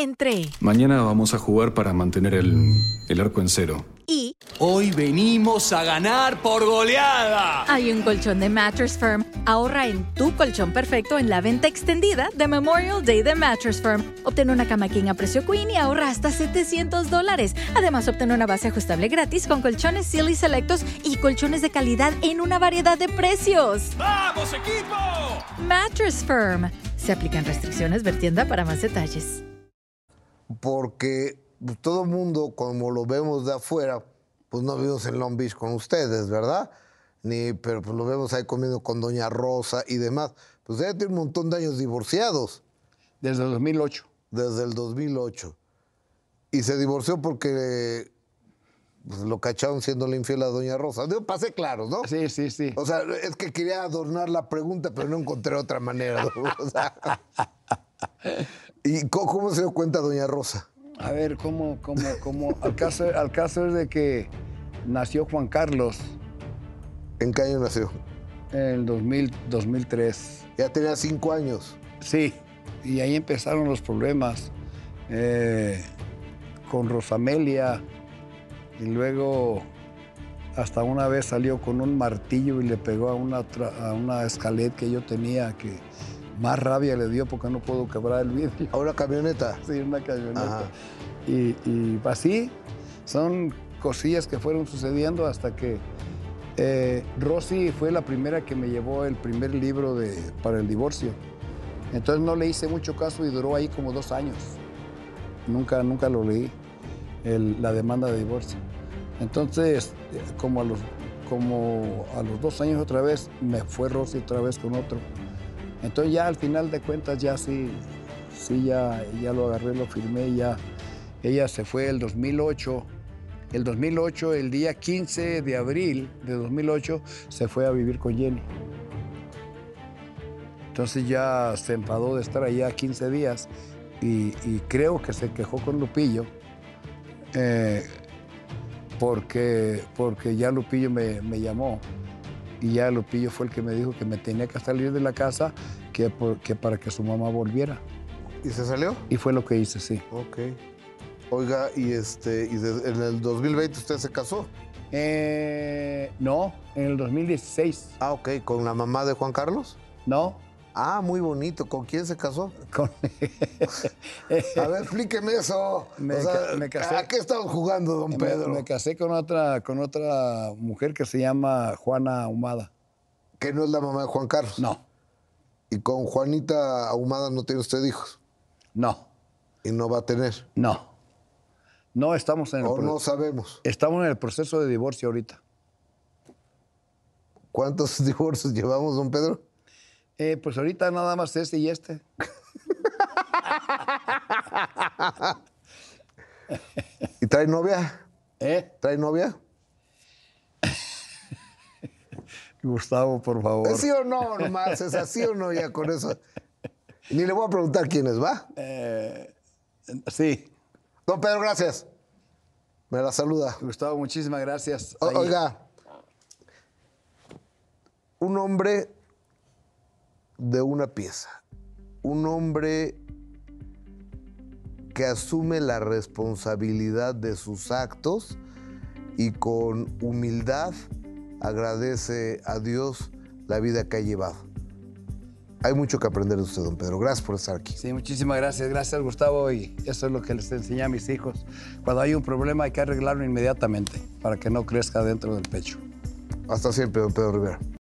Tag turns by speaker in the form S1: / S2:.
S1: entre
S2: Mañana vamos a jugar para mantener el, el arco en cero.
S1: y
S3: Hoy venimos a ganar por goleada.
S1: hay un colchón de Mattress Firm. Ahorra en tu colchón perfecto en la venta extendida de Memorial Day de Mattress Firm. Obtén una cama king a precio queen y ahorra hasta 700 dólares. Además, obtén una base ajustable gratis con colchones Silly Selectos y colchones de calidad en una variedad de precios.
S3: ¡Vamos, equipo!
S1: Mattress Firm. Se aplican restricciones. Ver tienda para más detalles.
S4: porque pues, todo el mundo, como lo vemos de afuera, pues no vivimos en Long Beach con ustedes, ¿verdad? Ni, pero pues lo vemos ahí comiendo con Doña Rosa y demás. Pues ella tiene un montón de años divorciados
S5: Desde el 2008.
S4: desde el 2008. Y se divorció porque pues, lo cacharon siendo infiel a Doña Rosa. Digo, pasé claro, ¿no?
S5: Sí, sí, sí.
S4: O sea, es que quería adornar la pregunta, pero no encontré otra manera. ¿no? O sea, ¿Y co- cómo se dio cuenta Doña Rosa?
S5: A ver, ¿cómo, cómo, cómo? Al caso, al caso es de que nació Juan Carlos
S4: ¿En qué año nació?
S5: en el 2000, 2003.
S4: Ya tenía cinco años.
S5: Sí, y ahí empezaron los problemas eh, con Rosamelia y luego hasta una vez salió con un martillo y le pegó a una, tra- a una escalet que yo tenía que más rabia le dio porque no puedo quebrar el vidrio.
S4: Ahora camioneta.
S5: Sí, una camioneta.
S4: Ajá.
S5: Y, y así son cosillas que fueron sucediendo hasta que eh, Rosy fue la primera que me llevó el primer libro de, para el divorcio. Entonces no le hice mucho caso y duró ahí como dos años. Nunca, nunca lo leí, el- la demanda de divorcio. Entonces, eh, como a, los, como a los dos años otra vez, me fue Rosy otra vez con otro. Entonces ya al final de cuentas ya sí, sí ya, ya lo agarré, lo firmé, ya. Ella se fue el 2008. El 2008, el día 15 de abril de 2008, se fue a vivir con Jenny. Entonces ya se enfadó de estar allá 15 días y, y creo que se quejó con Lupillo eh, porque, porque ya Lupillo me, me llamó y ya Lupillo fue el que me dijo que me tenía que salir de la casa que, por- que para que su mamá volviera.
S4: ¿Y se salió?
S5: Y fue lo que hice, sí.
S4: Ok. Oiga, y este, y de- en el 2020 usted se casó.
S5: Eh, no, en el 2016.
S4: Ah, ok, con la mamá de Juan Carlos.
S5: No,
S4: Ah, muy bonito. ¿Con quién se casó?
S5: con...
S4: A ver, explíqueme eso.
S5: Me
S4: o sea,
S5: ca- me casé.
S4: ¿A qué estamos jugando, don
S5: me,
S4: Pedro?
S5: me casé con otra, con otra mujer que se llama Juana Ahumada.
S4: Que no es la mamá de Juan Carlos.
S5: No,
S4: Y con Juanita Ahumada no tiene usted hijos.
S5: no,
S4: Y no va a tener.
S5: no. No estamos en el,
S4: O
S5: pro-
S4: no sabemos.
S5: estamos en el proceso de divorcio ahorita.
S4: ¿Cuántos divorcios llevamos, don Pedro?
S5: Eh, pues ahorita nada más este y este.
S4: ¿Y trae novia?
S5: ¿Eh?
S4: ¿Trae novia?
S5: Gustavo, por favor.
S4: ¿Es ¿Eh, sí o no nomás? ¿Es así o no ya con eso? Ni le voy a preguntar quién es, ¿va?
S5: Sí.
S4: Don Pedro, gracias. Me la saluda.
S5: Gustavo, muchísimas gracias.
S4: O-
S5: Ahí.
S4: oiga, un hombre de una pieza, un hombre que asume la responsabilidad de sus actos y con humildad agradece a Dios la vida que ha llevado. Hay mucho que aprender de usted, don Pedro. Gracias por estar aquí.
S5: Sí, muchísimas gracias. Gracias, Gustavo. Y eso es lo que les enseñé a mis hijos. Cuando hay un problema hay que arreglarlo inmediatamente para que no crezca dentro del pecho.
S4: Hasta siempre, don Pedro Rivera.